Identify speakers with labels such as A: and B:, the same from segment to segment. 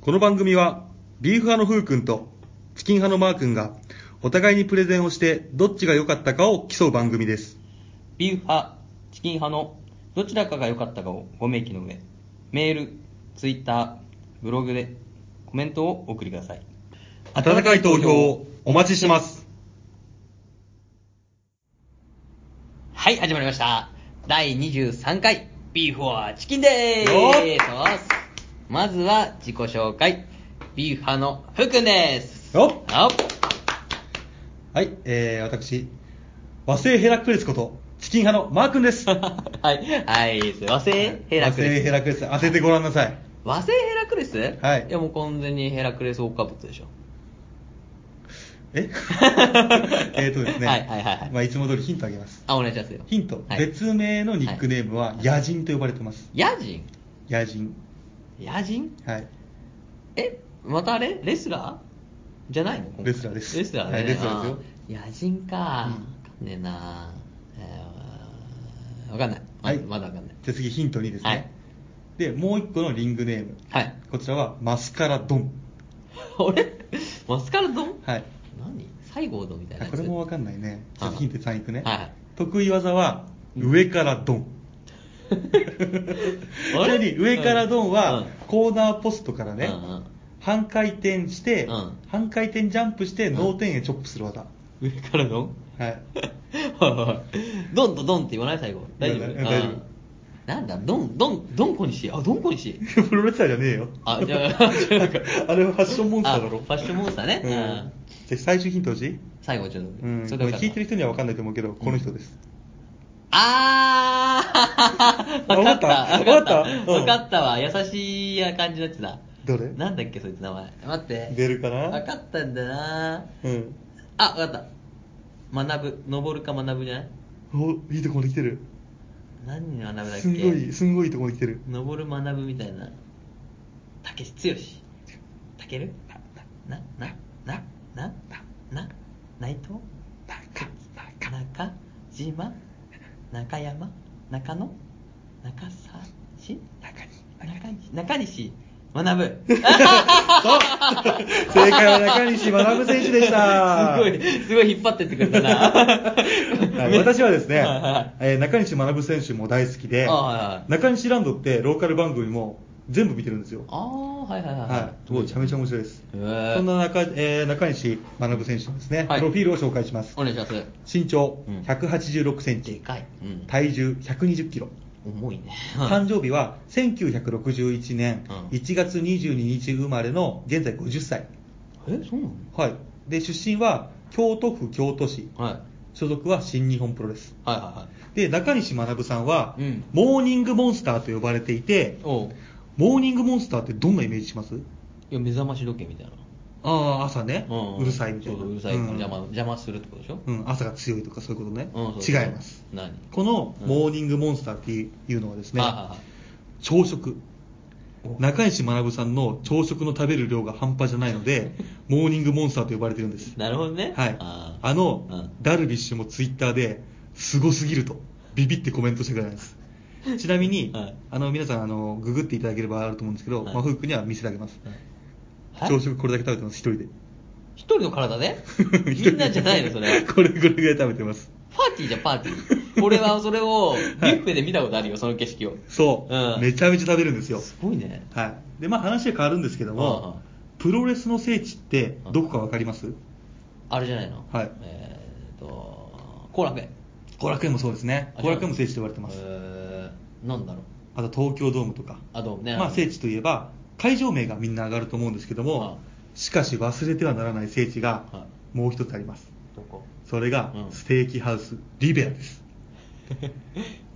A: この番組は、ビーフ派のふうくんと、チキン派のマーくんが、お互いにプレゼンをして、どっちが良かったかを競う番組です。
B: ビーフ派、チキン派のどちらかが良かったかをご明記の上、メール、ツイッター、ブログでコメントをお送りください。
A: 温かい投票をお待ちしてます。
B: はい、始まりました。第23回、ビーフはチキンで
A: よ
B: ー
A: っ
B: すそうっすまずは自己紹介、ビーフ派のふうくんです。
A: よっ
B: よっ
A: はい、えー、私、和製ヘラクレスこと、チキン派のマーくんです。
B: はい、はい、すいません、ヘラクレス。
A: 和製ヘラクレス、当ててごらんなさい。
B: 和製ヘラクレス
A: はい
B: いやもう完全にヘラクレスオオカブトでしょ。
A: ええーとですね、
B: はいはいはいはい
A: まあ、いつも通りヒントあげます。
B: あ、お願いしますよ。
A: ヒント、
B: はい
A: 別名のニックネームは、野人と呼ばれてます。
B: ヤジン
A: 野人。
B: ヤジン
A: はい。
B: えまたあれレスラーじゃないの今回
A: レスラーです
B: レスラーね、
A: はいレスラーですよ
B: あー野人か、
A: う
B: わ
A: ん
B: かんねえな、えー、わかんないま,、
A: はい
B: まだわかんない
A: じゃあ次ヒント2ですね。
B: はい
A: で、もう一個のリングネーム。
B: はい
A: こちらはマスカラドン。
B: 俺マスカラ丼
A: はい。
B: 何西郷丼みたいな
A: あ
B: やつ
A: これもわかんないね。じゃあヒント3いくね。
B: はいはい
A: 得意技は上からドン。ちなみに上からドン
B: う
A: は
B: ん
A: コーナーポストからね、
B: うんうん
A: 半回転して、
B: うん
A: 半回転ジャンプして脳天へチョップする技。
B: 上から丼
A: はい。
B: はいドンとドンって言わない最後大丈夫
A: 言わないうん大丈夫
B: あーなんだドンドンドンコにしあドンコにし
A: プロレスラーじゃねえよ。
B: あ じゃあ
A: なんかあれはファッションモンスターだろ。
B: あファッションモンスターね
A: うん
B: うん
A: じゃあ最終ヒント欲しい
B: 最後ちょっと、
A: うん、
B: それで分か
A: 聞いてる
B: る
A: 人には分かんないと思うけど、この人です。
B: あー わかった
A: あ
B: わ
A: 思
B: か
A: っ
B: ったた
A: 思ったうん
B: わかったわ優しい感じのやつだ
A: どれ
B: なんだっけそいつ名前待って
A: 出るかな
B: わかったんだな
A: うん。
B: あわかった学ぶ登るか学ぶじゃない
A: お、いいとこまで来てる。
B: 何に学ぶだっけ
A: すんごい、すんごいとこまで来てる。
B: 登る学ぶみたいなたけし剛たけるなななななな内藤中島中山中野中さし中西中西学ぶ
A: 正解は中西学選手でした。
B: すごいすごい引っ張ってってくれたな
A: はい私はですね、
B: はいはい
A: えー中西学選手も大好きで、
B: あはいはい
A: 中西ランドってローカル番組も全部見てるんですよ。
B: ああはいはいはい
A: はい、めちゃめちゃ面白いです。
B: へー
A: そんな中,、えー中西学選手のですね、
B: はい
A: プロフィールを紹介します
B: お。願いします
A: 身長
B: うん
A: 186セン
B: で
A: チ、
B: かい、うん、
A: 体重120キロ、
B: 重いね
A: 誕生日は1961年
B: うん
A: 1月22日生まれの現在50歳、
B: えそうなの
A: はい、で出身は京都府京都市、
B: はい
A: 所属は新日本プロレス。
B: はいはいはい
A: で中西学さんは、
B: うん
A: モーニングモンスターと呼ばれていて
B: おう
A: モーニングモンスターってどんなイメージします
B: いや目覚まし時計みたいな
A: ああ朝ね、
B: ん
A: るさいみたいな
B: そうそううるさい、
A: ん
B: 邪魔邪魔するってことでしょ、
A: うん、朝が強いとかそういうことね、
B: うんそうそう
A: 違います
B: 何
A: この
B: うん
A: モーニングモンスターっていうのはですね、
B: はいはいはい
A: 朝食
B: お
A: 中西学さんの朝食の食べる量が半端じゃないので モーニングモンスターと呼ばれてるんです
B: なるほどね
A: はい
B: あ
A: あ
B: ー
A: の、
B: うん
A: ダルビッシュもツイッターですごすぎるとビビってコメントしてくれたん ですちなみに、
B: はい
A: あの皆さんあのググっていただければあると思うんですけど、
B: はい
A: まあ、フックには見せてあげます、
B: はい
A: 朝食これだけ食べてます一人で
B: 一人の体で
A: 一人
B: み
A: で
B: んなじゃないの それ
A: これぐらい食べてます
B: パーティーじゃんパーティ ー俺はそれをビュッフェで見たことあるよその景色を
A: そう、
B: うん
A: めちゃめちゃ食べるんですよ
B: すごいね
A: はいでまあ話は変わるんですけど
B: うんうん
A: もプロレスの聖地ってどこかわかります
B: あれじゃないの
A: はい
B: えーっと後楽園
A: 後楽園もそうですね後楽園も聖地と言われてます
B: えー、なんだろう
A: あと東京ドームとか
B: あどうもね
A: まあ、聖地
B: と
A: といえば会場名がみんな上がると思うんですけど
B: は
A: もしかし忘れてはならない聖地
B: は
A: がもう一つあります
B: どこ
A: それが
B: うん
A: ステーキハウスリベアです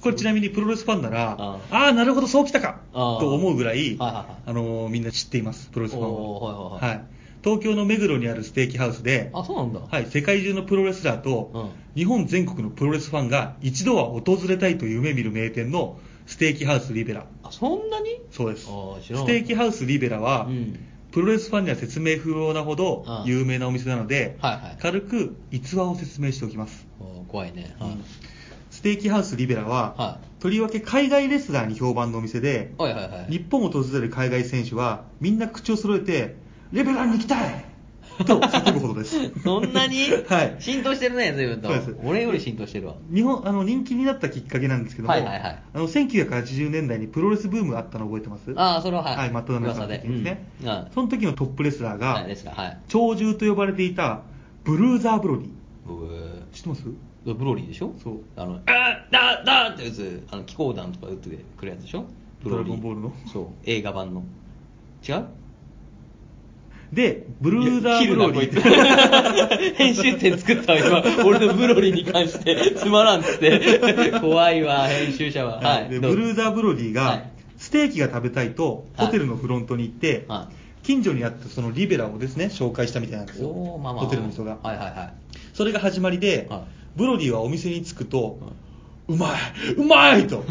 A: これちなみにプロレスファンなら
B: あ
A: ああーなるほどそうきたか
B: あー
A: と思うぐらい
B: はいはいはい
A: あのーみんな知っていますプロレスファンは
B: おーはいはいはい
A: 東京の目黒にあるステーキハウスで
B: あそうなんだ
A: はい、世界中のプロレスラーと、
B: うん
A: 日本全国のプロレスファンが一度は訪れたいという夢見る名店のステーキハウスリベラ
B: あそんなに
A: そうです
B: あー知
A: ス
B: らなかった
A: テーキハウスリベラは、
B: うん
A: プロレスファンには説明不要なほど
B: うん
A: 有名なお店なので、
B: はいはい
A: 軽く逸話を説明しておきます、
B: おー怖いね、はい
A: うんステーキハウスリベラは、
B: は
A: とりわけ海外レスラーに評判のお店で、
B: はいはいはい
A: 日本を訪れる海外選手はみんな口を揃えてレベラルに行きたいと叫ぶほどです
B: そんなに、
A: はい
B: 浸透してるね、随分と
A: そうです。
B: 俺より浸透してるわ。
A: 日本あの人気になったきっかけなんですけども、
B: はいはいはい
A: あの1980年代にプロレスブームがあったの覚えてます
B: ああ、それははい。
A: はい、真っ只中
B: 噂
A: の
B: で。
A: 時ですね、
B: うんはい
A: その時のトップレスラーが、
B: はい、ですが、はい。
A: 鳥獣と呼ばれていたブルーザー・ブロリー
B: ブー
A: 知ってます
B: ブロリーでしょ
A: そう
B: あの、あーだーだーってやつ、あの、気候弾とか打ってくるやつでしょブロリー。
A: ドラゴンボールの
B: そう、映画版の。違う
A: でブルーザー・ブロリー
B: いや切るなこいつ 編集点作ったわ、今。俺のブロリーに関して、つまらんっつって。 怖いわ、編集 者は。は
A: はい
B: い。
A: で
B: どう
A: ブルーザー・ブロディが、
B: はい
A: ステーキが食べたいと
B: はい
A: ホテルのフロントに行って、
B: は
A: 近所にあったそのリベラをですね紹介したみたいなんですよ、
B: おーまあまあ。
A: ホテルの人が、
B: はいはいはい。
A: それが始まりで、
B: は
A: ブロディはお店に着くと、うまいうま いと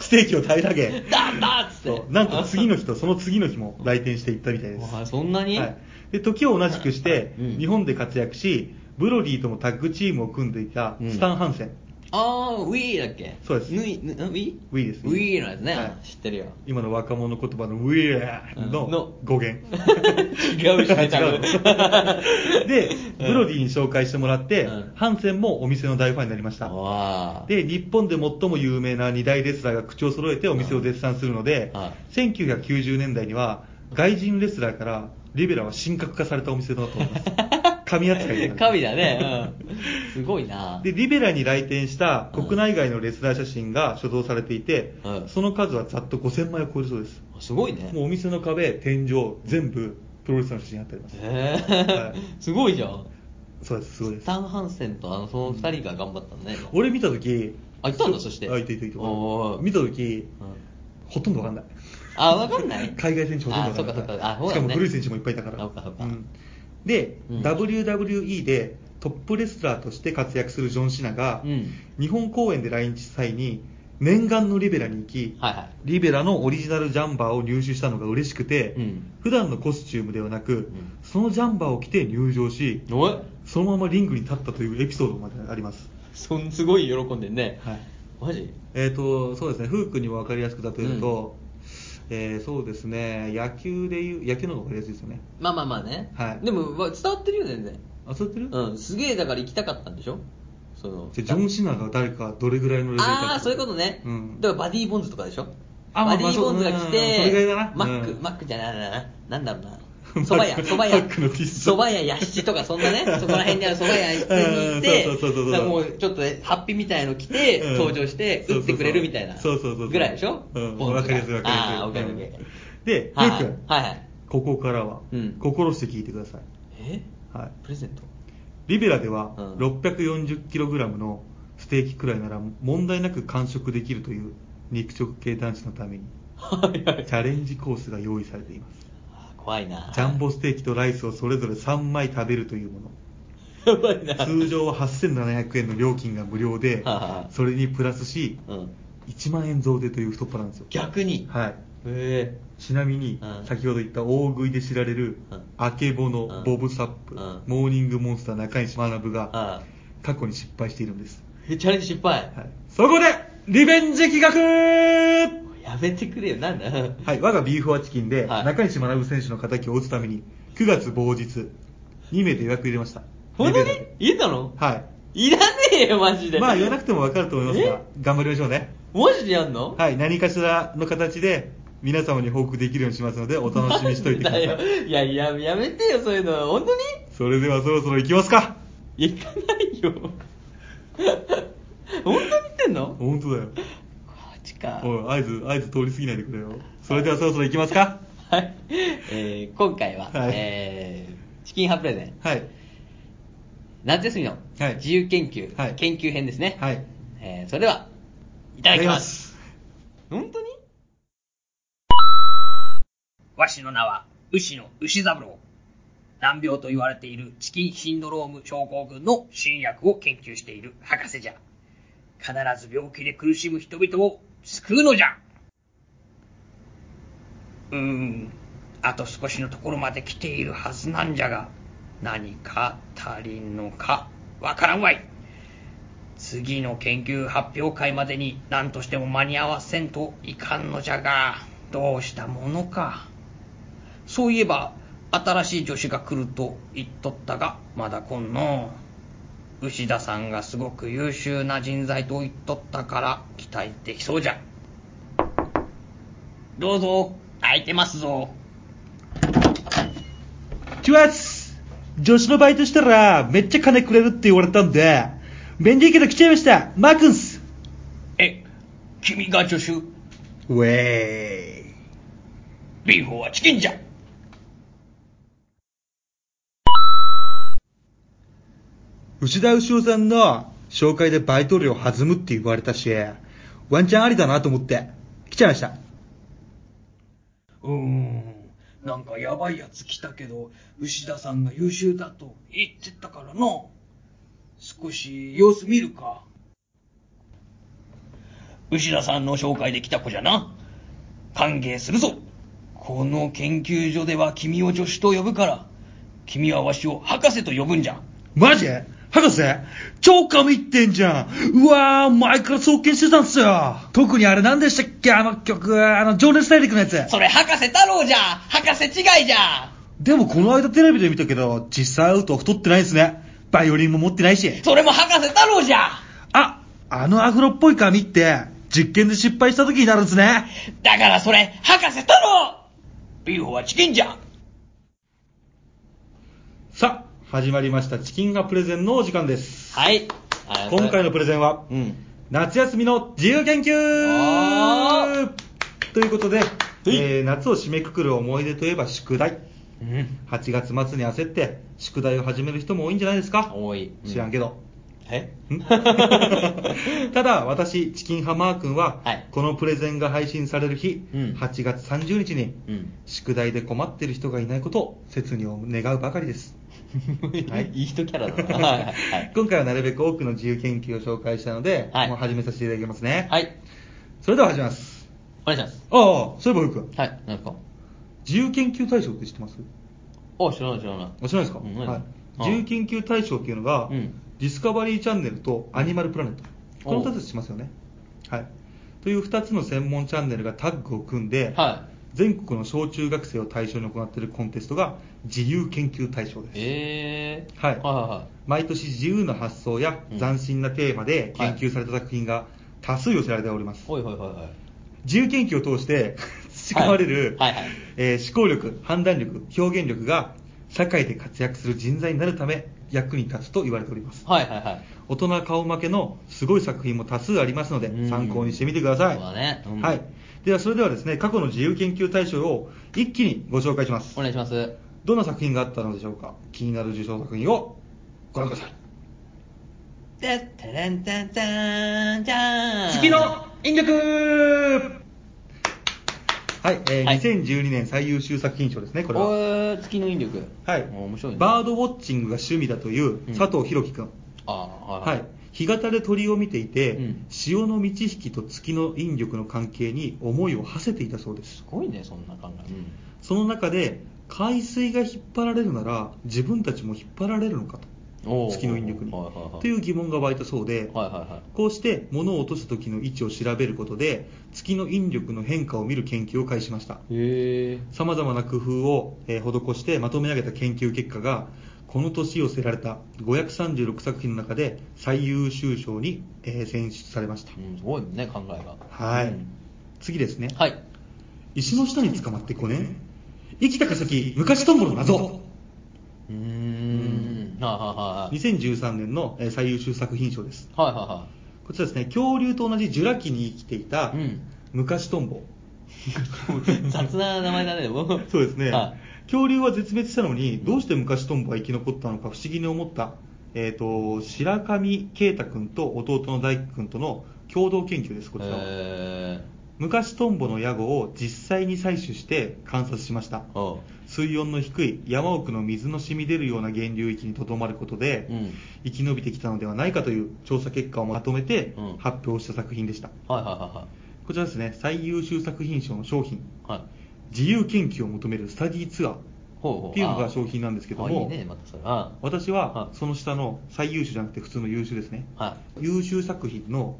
A: ステーキを平らげ
B: だーだーっつ
A: そ
B: っ
A: う
B: て。
A: なんと次の日とその次の日も来店していったみたいです
B: あそんなに、
A: はい、で時を同じくして、
B: うん
A: 日本で活躍しブロディともタッグチームを組んでいた
B: うん
A: スタン・ハンセン、
B: あー、ウィーだっけ
A: そうです
B: ヌイヌんウィー
A: ウィーです
B: ウィーのやつね。
A: はい
B: 知ってるよ。
A: 今の若者言葉の「ウィー」
B: うんの
A: の語源、
B: 違うしね、多分。
A: でブロディに紹介してもらって、
B: うん
A: ハンセンもお店の大ファンになりました
B: わあ。
A: で日本で最も有名な二大レスラーが口を揃えてお店を絶賛するので、
B: は
A: 1990年代には外人レスラーからリベラは神格化されたお店だと思い ます神扱いになる
B: 神だね。うん。すごいな。
A: でリベラに来店した国内外のレスラー写真が所蔵されていて、
B: うん
A: その数はざっと5000枚を超えるそうです、
B: すごいね。
A: もうお店の壁天井全部プロレスの写真になってあります、
B: へー
A: はい
B: すごいじゃん。
A: そうですすごいで
B: ス
A: す
B: タン・ハンセンとあのその二人が頑張ったんだね。
A: 俺見た時
B: あいたんだそして
A: あいたいたいた
B: おー
A: 見た時
B: うん
A: ほとんどわかんない
B: あ、わかんない
A: 海外選手ほとんどわかんない
B: あ、そうかそうか。あ、そう
A: し
B: だ
A: か
B: ね
A: も古い選手もいっぱいいたから
B: そうかそうか
A: うんで、
B: うん
A: WWE でトップレスラーとして活躍するジョン・シナが、
B: うん
A: 日本公演で来日した際に念願のリベラに行き、
B: はいはい
A: リベラのオリジナルジャンバーを入手したのが嬉しくて、
B: うん
A: 普段のコスチュームではなく、
B: ん
A: そのジャンバーを着て入場し
B: おい
A: そのままリングに立ったというエピソードまであります、
B: そんすごい喜んでんね。
A: はい
B: マジ
A: えー、とそうですね、フー君にも分かりやすく例えると、えーそうですね、野球でいう、野球の方が分かりやすいですよね。
B: まあまあまあね。
A: はい
B: でも、わ伝わってるよ、全然。
A: あ、そうやってる、
B: うん、すげえだから行きたかったんでしょその
A: じゃあジョン・シナが誰か、どれぐらいのレベルか。
B: ああーそういうことね、
A: うん
B: だからバディーボンズとかでしょ
A: あま
B: バ
A: あ
B: デ
A: ま
B: ィ
A: あ
B: ーボンズが
A: そ
B: 来て、
A: ううんそれぐらいだな
B: マック、
A: うん
B: マックじゃないななんだろうな
A: マック
B: 蕎麦屋蕎麦
A: マックの T シ
B: 屋
A: ャツ
B: 蕎麦屋や七とかそ んなねそこら辺にある蕎麦屋に行って
A: うんそうそうそうそうそう
B: だからもうちょっとねハッピーみたいの着て、
A: うん
B: 登場して
A: そうそう
B: 打っ
A: そう
B: てくれるみたいな
A: そうそうそうそう
B: ぐらいでしょ、
A: うん
B: ボンズが
A: わかりやすいわかりやすい
B: ああ OKOK、OK
A: うんで
B: OK は
A: フ
B: い
A: ー君
B: はいはい
A: ここからは、
B: うん
A: 心して聞いてください。
B: え
A: はい、
B: プレゼント
A: リベラでは、
B: うん
A: 640kg のステーキくらいなら問題なく完食できるという肉食系男子のために、
B: はい
A: チャレンジコースが用意されています。
B: あー怖いな
A: ジャン ボステーキとライスをそれぞれ3枚食べるというもの。
B: やば いな
A: 通常は8700円の料金が無料で
B: はあはあ、
A: それにプラスし、
B: うん
A: 1万円増税という太っ腹なんですよ。
B: 逆に
A: はい。
B: へえ
A: ちなみに
B: う、ん
A: 先ほど言った大食いで知られる
B: うん、
A: あけぼ
B: う
A: の
B: ん
A: ボブサップ、
B: うん
A: モーニングモンスター中西学が、
B: あ
A: 過去に失敗しているんです。
B: あ チャレンジ失敗、
A: はい、そこで、リベンジ企画
B: やめてくれよなんだ
A: はい、我がビーフォアチキンで、
B: はい
A: 中西学選手の敵を打つために、9月某日、2名で予約入れました。
B: 本
A: リ
B: 当に
A: ベンジ
B: 言えたの
A: はい。
B: いらねえよマジで
A: まあ言わなくても分かると思いますが
B: え、
A: 頑張りましょうね。
B: マジでやんの
A: はい、何かしらの形で皆様に報告できるようにしますので、お楽しみにしておいてくださ
B: なんだ
A: い。
B: よいやいややめてよそういうの本当に
A: それではそろそろ行きますか。
B: いや行かないよ 本当に言ってんの
A: 本当だよ。
B: マジか
A: おい、合図、合図通り過ぎないでくれよ。それではそろそろ行きますか。
B: はい、えー、今回は、
A: はい
B: えーチキンハプレゼン
A: はい。
B: 夏休みの
A: はい
B: 自由研究、
A: はい
B: 研究編ですね、
A: はい。
B: えーそれではいただきます。本当に
C: わしの名は、牛野牛三郎。難病と言われているチキンシンドローム症候群の新薬を研究している博士じゃ。必ず病気で苦しむ人々を救うのじゃ。うーん、あと少しのところまで来ているはずなんじゃが、何か足りんのかわからんわい。次の研究発表会までに何としても間に合わせんといかんのじゃが、どうしたものか。そういえば、新しい女子が来ると言っとったが、まだ来んの。牛田さんがすごく優秀な人材と言っとったから期待できそうじゃ。どうぞ、空いてますぞ。
A: チュワッス女子のバイトしたら、めっちゃ金くれるって言われたんで、便利いけど来ちゃいましたマー君っす
C: え、君が助手
A: ウェーイ。
C: ビーフォーはチキンじゃ
A: 牛田牛尾さんの紹介でバイト料弾むって言われたし、ワンチャンありだなと思って、来ちゃいました。
C: うーん。なんかやばいやつ来たけど、牛田さんが優秀だと言ってたからな。少し様子見るか。牛田さんの紹介で来た子じゃな。歓迎するぞ。この研究所では君を助手と呼ぶから、君はわしを博士と呼ぶんじゃ。
A: マジ博士超神ってんじゃんうわー前から創建してたんすよ特にあれ何でしたっけあの曲、あの、情熱大陸のやつ。
C: それ博士太郎じゃ博士違いじゃ
A: でもこの間テレビで見たけど、実際会うと太ってないですね。バイオリンも持ってないし。
C: それも博士太郎じゃ
A: あ、あのアフロっぽい髪って、実験で失敗した時になるんですね。
C: だからそれ、博士太郎ビーフォーはチキンじゃ
A: さあ、始まりましたチキンがプレゼンのお時間です。
B: はい。
A: 今回のプレゼンは、
B: うん。
A: 夏休みの自由研
B: お
A: 究ということで、
B: い
A: えー夏を締めくくる思い出といえば宿題。
B: うん。
A: 8月末に焦って宿題を始める人も多いんじゃないですか
B: 多い。
A: 知らんけど。
B: え
A: ん ただ、私、チキンハマー君は、
B: はい
A: このプレゼンが配信される日、
B: うん
A: 8月30日に、
B: うん。
A: 宿題で困っている人がいないことを切に願うばかりです。はい
B: いい人キャラだ な。はい。はい
A: 今回はなるべく多くの自由研究を紹介したので、
B: はい
A: もう始めさせていただきますね。
B: はい。
A: それでは始めます。
B: お願いします。
A: ああ、そういえば、ふうくん、
B: はい。何ですか
A: 自由研究大賞って知ってます
B: お、知らない知らない。
A: あ知らないですか、
B: うん
A: はい、
B: うん
A: 自由研究大賞っていうのが、
B: うん
A: ディスカバリーチャンネルとアニマルプラネット、この
B: おう
A: 2つしますよね、はい、という2つの専門チャンネルがタッグを組んで、
B: は
A: 全国の小中学生を対象に行っているコンテストが自由研究大賞です、
B: い。えー。
A: はい
B: は
A: 毎年自由な発想や
B: うん
A: 斬新なテーマで研究された作品が多数寄せられております、
B: いはいはい。おいはいはいはい。
A: 自由研究を通して培われる、
B: はいはいはい
A: えー思考力、判断力、表現力が社会で活躍する人材になるため役に立つと言われております。
B: はいはいはい。
A: 大人顔負けのすごい作品も多数ありますの
B: う
A: で
B: ん
A: 参考にしてみてください。
B: そうだねうん
A: はい。ではそれではですね、過去の自由研究大賞を一気にご紹介します
B: お。願いします。
A: どんな作品があったのでしょうか気になる受賞作品をご覧ください。
B: てってれんてんてんじゃーん。
A: 月の引力はい、えー
B: はい
A: 2012年最優秀作品賞ですね、これは。
B: おー月の引力。
A: はい、
B: お面白いね。
A: バードウォッチングが趣味だという
B: うん
A: 佐藤弘樹君、
B: あーは
A: はいい、干潟で鳥を見ていて、
B: うん
A: 潮の満ち引きと月の引力の関係に思いを馳せていたそうです
B: すごいね、そんな考え。うん
A: その中で海水が引っ張られるなら自分たちも引っ張られるのかと
B: おー
A: 月の引力に、
B: はいはいはい
A: という疑問が湧いたそうで、
B: はいはいはい。
A: こうして物を落とした時の位置を調べることで月の引力の変化を見る研究を開始ました
B: へえ。
A: さまざまな工夫を、えー施してまとめ上げた研究結果がこの年寄せられた536作品の中で最優秀賞に、えー選出されました、
B: うん、すごいね、考えが。
A: はい、
B: うん
A: 次ですね、
B: はい。
A: 石の下に捕まって5年生きた化石昔トンボの謎
B: うーん。はいはいはい。
A: 2013年の、えー最優秀作品賞です
B: はいはいは
A: こちらですね恐竜と同じジュラ紀に生きていた
B: うん
A: 昔トンボ、
B: い。 雑な名前だね、でも
A: そうですね、
B: は
A: 恐竜は絶滅したのに、どうして昔トンボは生き残ったのか不思議に思った、えー、と白上慶太君と弟の大輝君との共同研究です、こちらは。
B: え
A: 昔トンボのヤゴを実際に採取して観察しました。
B: ー、おう
A: 水温の低い山奥の水の染み出るような源流域にとどまることで、
B: うん
A: 生き延びてきたのではないかという調査結果をまとめて
B: うん
A: 発表した作品でした。
B: はいは
A: こちらですね、最優秀作品賞の商品、
B: いはいはい。はい。
A: 自由研究を求めるスタディーツアー
B: ほうほう
A: っていうのが賞品なんですけども
B: あいいねまたそれあ
A: 私
B: は
A: はいその下の最優秀じゃなくて普通の優秀ですね、
B: は
A: 優秀作品の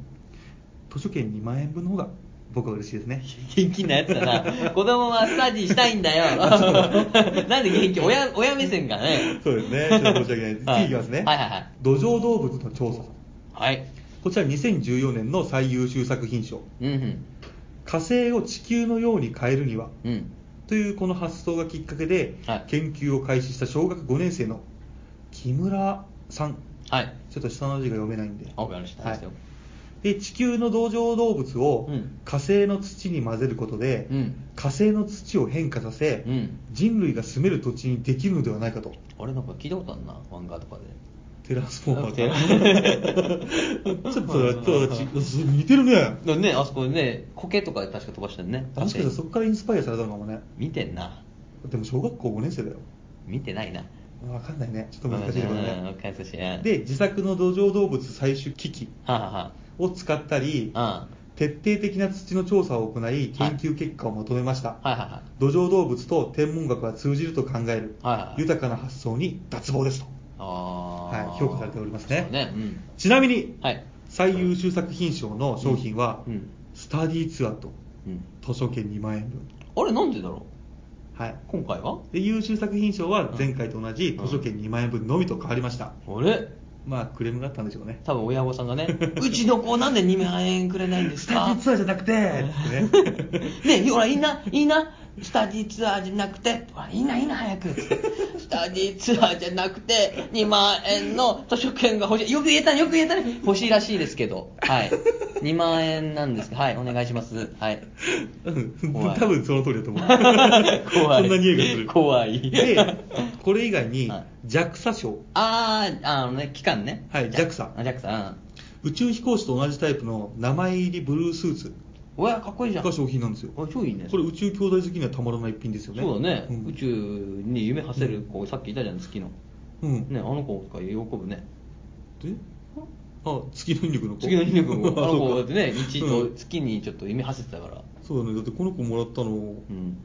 A: 図書券2万円分の方が僕は嬉しいです ね
B: 元気なやつだ な子供はスタディしたいんだよなんで元気親親目線がね
A: そうですねちょっと申し訳ない次いきますね
B: はいはいはい
A: 土壌動物の調査
B: はい
A: こちら2014年の最優秀作品賞
B: うんうん
A: 火星を地球のように変えるには
B: うん
A: というこの発想がきっかけで、
B: はい
A: 研究を開始した小学5年生の木村さん
B: はい
A: ちょっと下の字が読めないんで
B: あわかりました
A: はいで地球の土壌動物を
B: うん
A: 火星の土に混ぜることで、
B: うん
A: 火星の土を変化させ、
B: うん
A: 人類が住める土地にできるのではないか と
B: 俺なんか聞いたことあるな漫画とかで
A: テラスフォーマ
B: テラ
A: ーが ちょっとそれはちょっとち似てるね
B: だねあそこね苔とか確か飛ばしてるね
A: 確かにそこからインスパイアされたのかもね
B: 見てんな
A: でも小学校5年生だよ
B: 見てないな
A: 分かんないねちょっと難しいけど
B: うんう
A: ね
B: ん難しいうん
A: で自作の土壌動物採取機器
B: はあは
A: を使ったり
B: あはあ
A: 徹底的な土の調査を行い研究結果をまとめました、
B: はいはいはい
A: 土壌動物と天文学は通じると考える、
B: はいはい
A: 豊かな発想に脱帽ですと、
B: あー
A: はい評価されておりますね
B: そうねうん
A: ちなみに、
B: はい
A: 最優秀作品賞の商品は、
B: うんうん
A: スタディツアーと
B: うん
A: 図書券2万円分、
B: あれなんでだろ
A: はい、
B: う今回は
A: で優秀作品賞は前回と同じ図書券2万円分のみと変わりました、
B: あれ
A: まあクレームがあったんでしょうね
B: 多分親御さ んがねうちの子なんで2万円くれないんです
A: スタ
B: か
A: ディツアーじゃなくてってね
B: ねほらいいないいなスタディツアーじゃなくてほらいいないいな早 くスタディツアーじゃなくて2万円の図書券が欲しいよく言えたよく言えたね欲しいらしいですけどはい2 万円なんですけどはいお願いしますはい
A: うん
B: 怖い
A: 多分その通りだと思う
B: 怖
A: そ
B: い
A: んな匂いがする
B: 怖い
A: でこれ以外に
B: はい
A: JAXA 賞
B: あーあのね期間ね
A: はい JAXA
B: あ JAXA
A: 宇宙飛行士と同じタイプの名前入りブルースーツ
B: うん親かっこいいじゃん
A: が商品なんですよ
B: あ超いいね
A: これ宇宙兄弟好きにはたまらない一品ですよね
B: そうだね、
A: ん
B: 宇宙に夢馳せる子、さっきいたじゃん月の、
A: うん
B: ねあの子とか喜ぶね
A: であ月の引力の子
B: 月の日力も あの
A: そう
B: 子
A: か
B: だってね一
A: う
B: と
A: ん
B: 月にちょっと夢馳せてたから
A: そうだねだってこの子もらったの
B: うん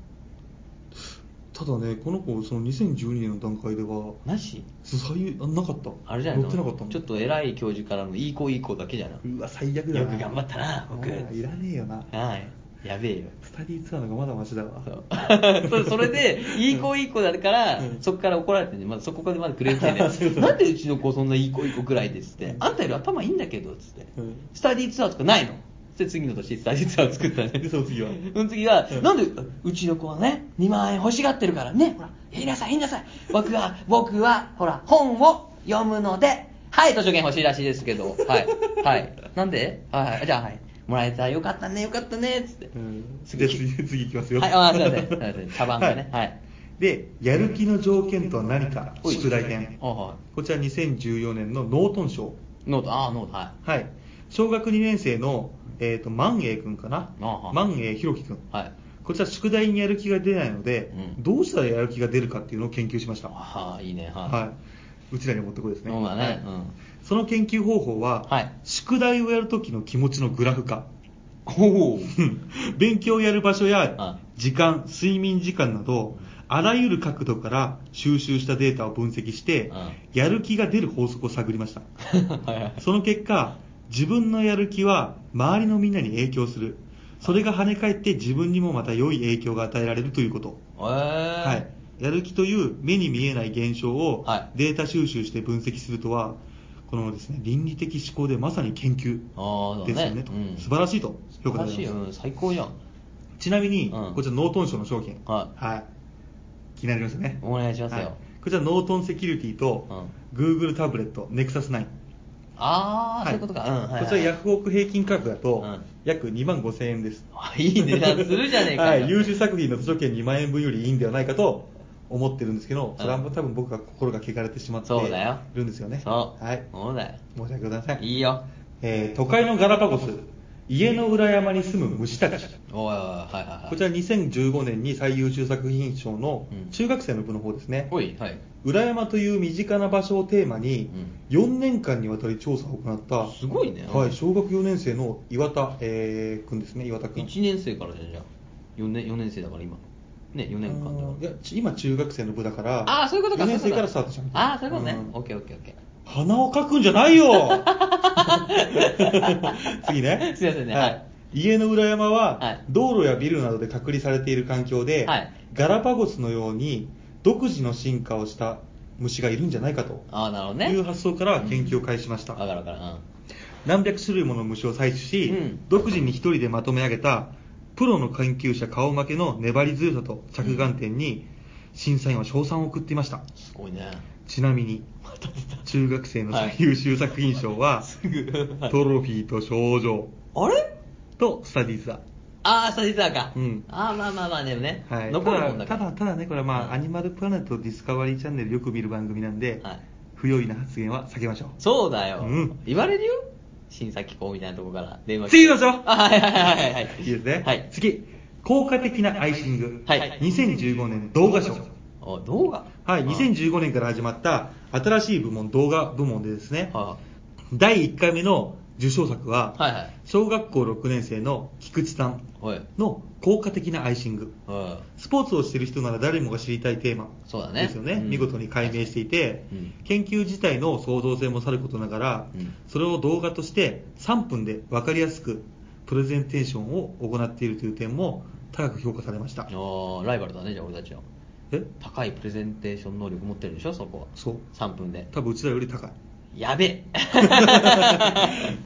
A: ただねこの子その2012年の段階では
B: なし
A: 最あなかった
B: あれじゃない
A: 乗ってなかったもん
B: ちょっと偉い教授からのいい子いい子だけじゃな
A: うわ最悪だ
B: よ
A: な
B: く頑張ったな僕
A: あーいらねえよな
B: はいやべえよ
A: スタディーツアーの方がまだマシだわ
B: そう それそれでいい子いい子だから、そこから怒られてるんでまだそこからまだクレーム来 てねなんでうちの子そんないい子いい子くらいですってあんたより頭いいんだけどっつって、
A: うん
B: スタディーツアーとかないので次の年スタディーツアーを作ったね
A: でその次は
B: その次は、なんでうちの子はね2万円欲しがってるからねほら言いなさい言いなさい僕は 僕はほら本を読むのではい図書券欲しいらしいですけどはいはいなんではいはいじゃあはいもらえたよかったねよかったねっつって、
A: うん
B: 次
A: じゃあ次次いきますよ
B: はいあーすいま せんすいません茶番がねはい
A: でやる気の条件とは何か
B: おい
A: 宿題編
B: あは
A: こちら2014年のノートン賞
B: いノートああノートはい
A: はい小学2年生の、えー、と万英君かな
B: あはい
A: 万英弘樹君
B: はい
A: こちら宿題にやる気が出ないので、
B: うん
A: どうしたらやる気が出るかっていうのを研究しました
B: ああいいねはい、
A: はい、うちらに持ってこいですね
B: そうだね
A: はい
B: うん
A: その研究方法は、
B: はい
A: 宿題をやるときの気持ちのグラフ化
B: おお
A: 勉強をやる場所
B: は
A: や時間睡眠時間などあらゆる角度から収集したデータを分析して、
B: うん
A: やる気が出る法則を探りました
B: はいはい
A: その結果自分のやる気は周りのみんなに影響するそれが跳ね返って自分にもまた良い影響が与えられるということ
B: えー、
A: はい、やる気という目に見えない現象を
B: は
A: データ収集して分析するとは、このですね倫理的思考でまさに研究
B: ああ
A: ですよねと素晴らしいと評価され
B: 素晴らしい
A: て
B: よ
A: ま
B: うん最高じゃん
A: すちなみに、
B: うん
A: こちらノートン賞の商品、
B: はい
A: 気になりますよね
B: お願いしますよ
A: はいこちらノートンセキュリティと、Google タブレット NEXUS9
B: あ
A: は
B: あ、
A: い
B: そういうことか、うんはいはい、
A: こちらヤフオク平均価格だと、
B: うん
A: 約2万5000円です
B: あい い値段するじゃねえかよ、
A: はい、優秀作品の図書券2万円分よりいいんではないかと思ってるんですけど、それはもう多分僕が心が汚れてしまって
B: そうだよ
A: いるんですよね。
B: そう
A: はい。
B: そうだよ
A: 申し訳ございません。
B: いいよ
A: えー都会のガラパゴス、家の裏山に住む虫たち。
B: おいおいおいはいはいはい
A: こちら2015年に最優秀作品賞の
B: うん
A: 中学生の部の方ですね。
B: おいはい
A: 裏山という身近な場所をテーマに、4年間にわたり調査を行った、
B: すごいね
A: はい、小学4年生の岩田、えー君ですね、岩田君。
B: 1年生からじゃんじゃあ4年 ,4 年生だから今ね、4年間だ
A: あーいやち今中学生の部だから
B: ああー、そういうことか。
A: 4年
B: そう
A: 生
B: いう
A: か
B: こ
A: ら
B: と
A: スタートじゃん
B: ああ、そういうことね。
A: ん
B: オッケーオッケーオッケー。
A: 鼻をかくんじゃない よ次ね。
B: すいませんね
A: は
B: はい
A: い。家の裏山
B: は、
A: はい道路やビルなどで隔離されている環境で、
B: はい
A: ガラパゴスのように独自の進化をした虫がいるんじゃないかと
B: ああ、なるほどね。
A: いう発想から研究を開始しました。
B: わかるわかる。うん。
A: 何百種類もの虫を採取し、
B: うん
A: 独自に一人でまとめ上げたプロの研究者顔負けの粘り強さと着眼点に、審査員は称賛を送っていました。
B: すごいね。
A: ちなみに、中学生の最優秀作品賞 は、
B: ぐ
A: トロフィーと賞状
B: あれ
A: とスタディーズだ。
B: ああ、スタジザーか。
A: うん
B: ああ、まあまあまあ、でもね。
A: はい、
B: 残るもんだか
A: た
B: ら。
A: だ、ただただね、これはまあ、
B: うん
A: アニマルプラネットディスカバリーチャンネルよく見る番組なんで、
B: はい
A: 不用意な発言は避けましょう。
B: そうだよ。
A: うん
B: 言われるよ。審査機構みたいなとこから電話来て
A: 次行きましょう
B: あはいはいはいはい。
A: いいですね。
B: はい。
A: 次、効果的なアイシング。
B: はい
A: 2015年動画賞。
B: お、動画
A: はい、
B: 2010
A: 2015年から始まった新しい部門、動画部門でですね、
B: は
A: 第1回目の受賞作は、
B: いはい。
A: 小学校6年生の菊池さん
B: はい。
A: の効果的なアイシング。
B: は
A: スポーツをしている人なら誰もが知りたいテーマ
B: そうだね
A: ですよね、
B: うん
A: 見事に解明していて、
B: うん
A: 研究自体の創造性もさることながら、
B: うん
A: それを動画として3分で分かりやすくプレゼンテーションを行っているという点も高く評価されました
B: い。おーライバルだね、じゃあ俺たちの。
A: え
B: 高いプレゼンテーション能力持ってるでしょ、そこは。
A: そう
B: 3分で。
A: 多分うちらより高い
B: やべえ。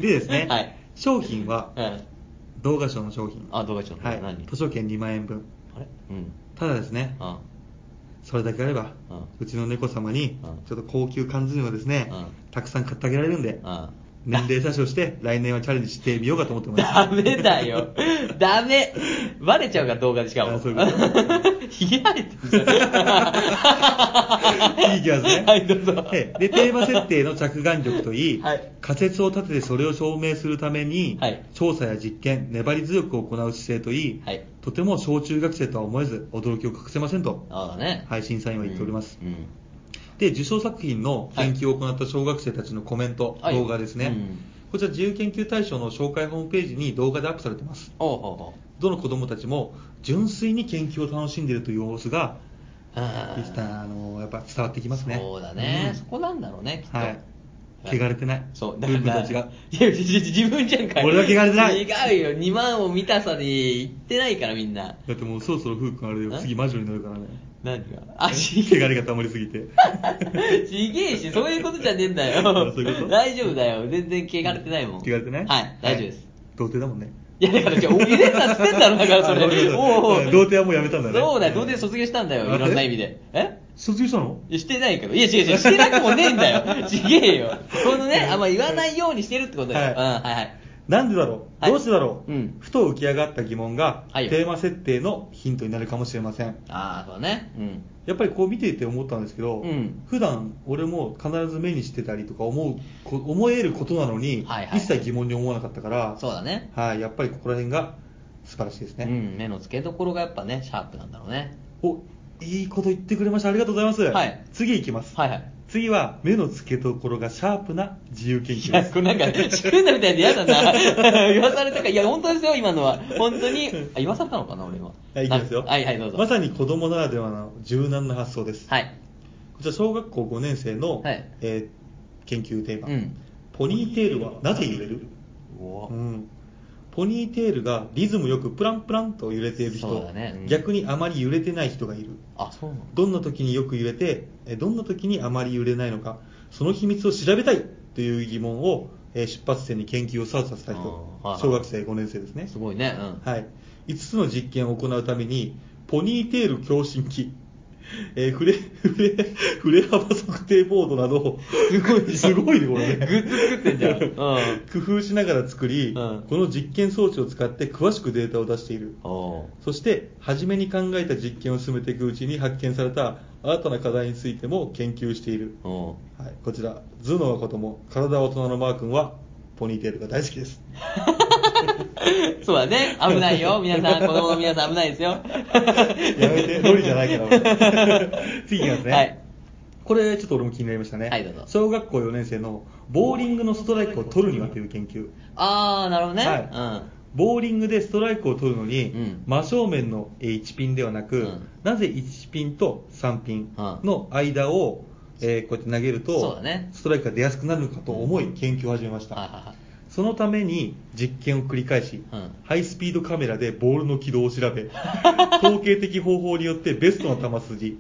A: でですね、
B: はい
A: 商品は
B: うん
A: 動画賞の商品
B: あ動画賞の
A: はい
B: 何
A: 図書券2万円分
B: あれうん。
A: ただですね
B: あ
A: それだけあれば、
B: うん
A: うちの猫様に
B: うん
A: ちょっと高級缶詰をですね、
B: うん
A: たくさん買ってあげられるんで、
B: あ
A: 年齢詐称して来年はチャレンジしてみようかと思ってます
B: ダメだよ。ダメ。バレちゃうから動画でしかも。
A: あそういうこ
B: ひげ生えてるじゃん
A: いい気がするね
B: はい、どうぞ。
A: ででテーマ設定の着眼力といい、
B: はい
A: 仮説を立ててそれを証明するために、
B: はい
A: 調査や実験粘り強く行う姿勢といい、
B: はい
A: とても小中学生とは思えず驚きを隠せませんと、
B: あだね。
A: はい、審査員は言っております、
B: うんうん
A: で受賞作品の研究を行った小学生たちのコメント、
B: はい
A: 動画ですね、
B: うん
A: こちら自由研究大賞の紹介ホームページに動画でアップされてます
B: おうおうおう
A: どの子供たちも純粋に研究を楽しんでいるという様子が
B: あー
A: できたあのやっぱ伝わってきますね
B: そうだね、
A: ん
B: そこなんだろうね、きっと。
A: はい汚れてない
B: そう、
A: 文具たちが
B: いや、自自分じゃんかよ
A: 俺は汚れてない
B: 違うよ、2万を満たさで行ってないから、みんな。
A: だってもうそろそろ風君あれだよ
B: え
A: 次魔女になるからね
B: 何が足
A: 汚れが溜まりすぎて
B: ちげえし、そういうことじゃねえんだよ。
A: そういうこと
B: 大丈夫だよ。全然汚れてないもん。
A: 汚れてない
B: はい、大丈夫です。
A: 童貞だもんね
B: い、や、だから、じゃあ、お入れさせてんだろ、だから、そ
A: あごめん
B: れ。
A: なさい
B: おうお
A: はい童貞はもうやめたんだね
B: そうだよ、童貞卒業したんだよ、
A: あ
B: いろんな意味で。え
A: 卒業したの
B: いやしてないけど。いや、違う違う、してなくもねえんだよ。 ちげえよ。このね、あんま言わないようにしてるってことだよ。
A: はい
B: うん、はいはい。
A: なんでだろう
B: はい
A: どうしてだろう、
B: うん
A: ふと浮き上がった疑問が、
B: はいよ
A: テーマ設定のヒントになるかもしれません
B: ああ、そうだね。うん。
A: やっぱりこう見ていて思ったんですけど、
B: うん
A: 普段俺も必ず目にしてたりとか思うこ思えることなのに、
B: はいはい
A: 一切疑問に思わなかったから
B: そうだね。
A: はい、やっぱりここら辺が素晴らしいです
B: う
A: ね、
B: ん、目の付けどころがやっぱね、シャープなんだろうね。
A: おいいこと言ってくれましたありがとうございます、
B: はい
A: 次いきます、
B: はいはい。
A: 次は目の付けどころがシャープな自由研
B: い
A: 究
B: や、
A: で
B: こ
A: す
B: れなんか、仕組んだみたいで嫌だな。 言わされたか、いや、本当ですよ、今のは。本当に。あ、言わされたのかな、俺今。
A: はい、いきますよ。
B: はいはい、どうぞ。
A: まさに子供ならではの柔軟な発想です。
B: はい。
A: こちら、小学校5年生の、
B: はい
A: えー研究テーマ、
B: うん
A: ポニーテールはなぜ揺れる、う
B: お
A: ん、ポニーテールがリズムよくプランプランと揺れている
B: そう
A: 人、
B: だねうん
A: 逆にあまり揺れてない人がいる。
B: あ、そうなの
A: どんな時によく揺れて、えーどんな時にあまり揺れないのか、その秘密を調べたいという疑問を、えー出発点に研究をスタートさせた人
B: あーはい、
A: 小学生5年生ですね。
B: すごいね。うん。
A: はい、5つの実験を行うために、ポニーテール共振器、 えー、触れ、 触れ、触れ幅測定ボードなど、
B: すごいじゃ
A: す
B: ん
A: ごいね、これね。
B: グッズ作ってんじゃんうん
A: 工夫しながら作り、
B: うん
A: この実験装置を使って詳しくデータを出している。
B: おー
A: そして、初めに考えた実験を進めていくうちに発見された新たな課題についても研究している。
B: おー
A: はい、こちら、頭脳は子供、体は大人のマー君は、ポニーテールが大好きです。
B: そうだね。危ない よ。皆さん、子供の皆さん危ないですよ。
A: やめて、ロリじゃないから。 俺次いきますね。
B: はい
A: これ、ちょっと俺も気になりましたね。
B: はいどうぞ
A: 小学校4年生のボーリングのストライクを取るにはという研究。
B: あー、なるほどね。
A: はいボーリングでストライクを取るのに、
B: うん
A: 真正面のえー1ピンではなく、
B: うん
A: なぜ1ピンと3ピンの間を、えーこうやって投げる
B: そう
A: と、
B: だね
A: ストライクが出やすくなるのかと思い研究を始めました、
B: はいは
A: そのために実験を繰り返し、
B: うん
A: ハイスピードカメラでボールの軌道を調べ 統計的方法によってベストの球筋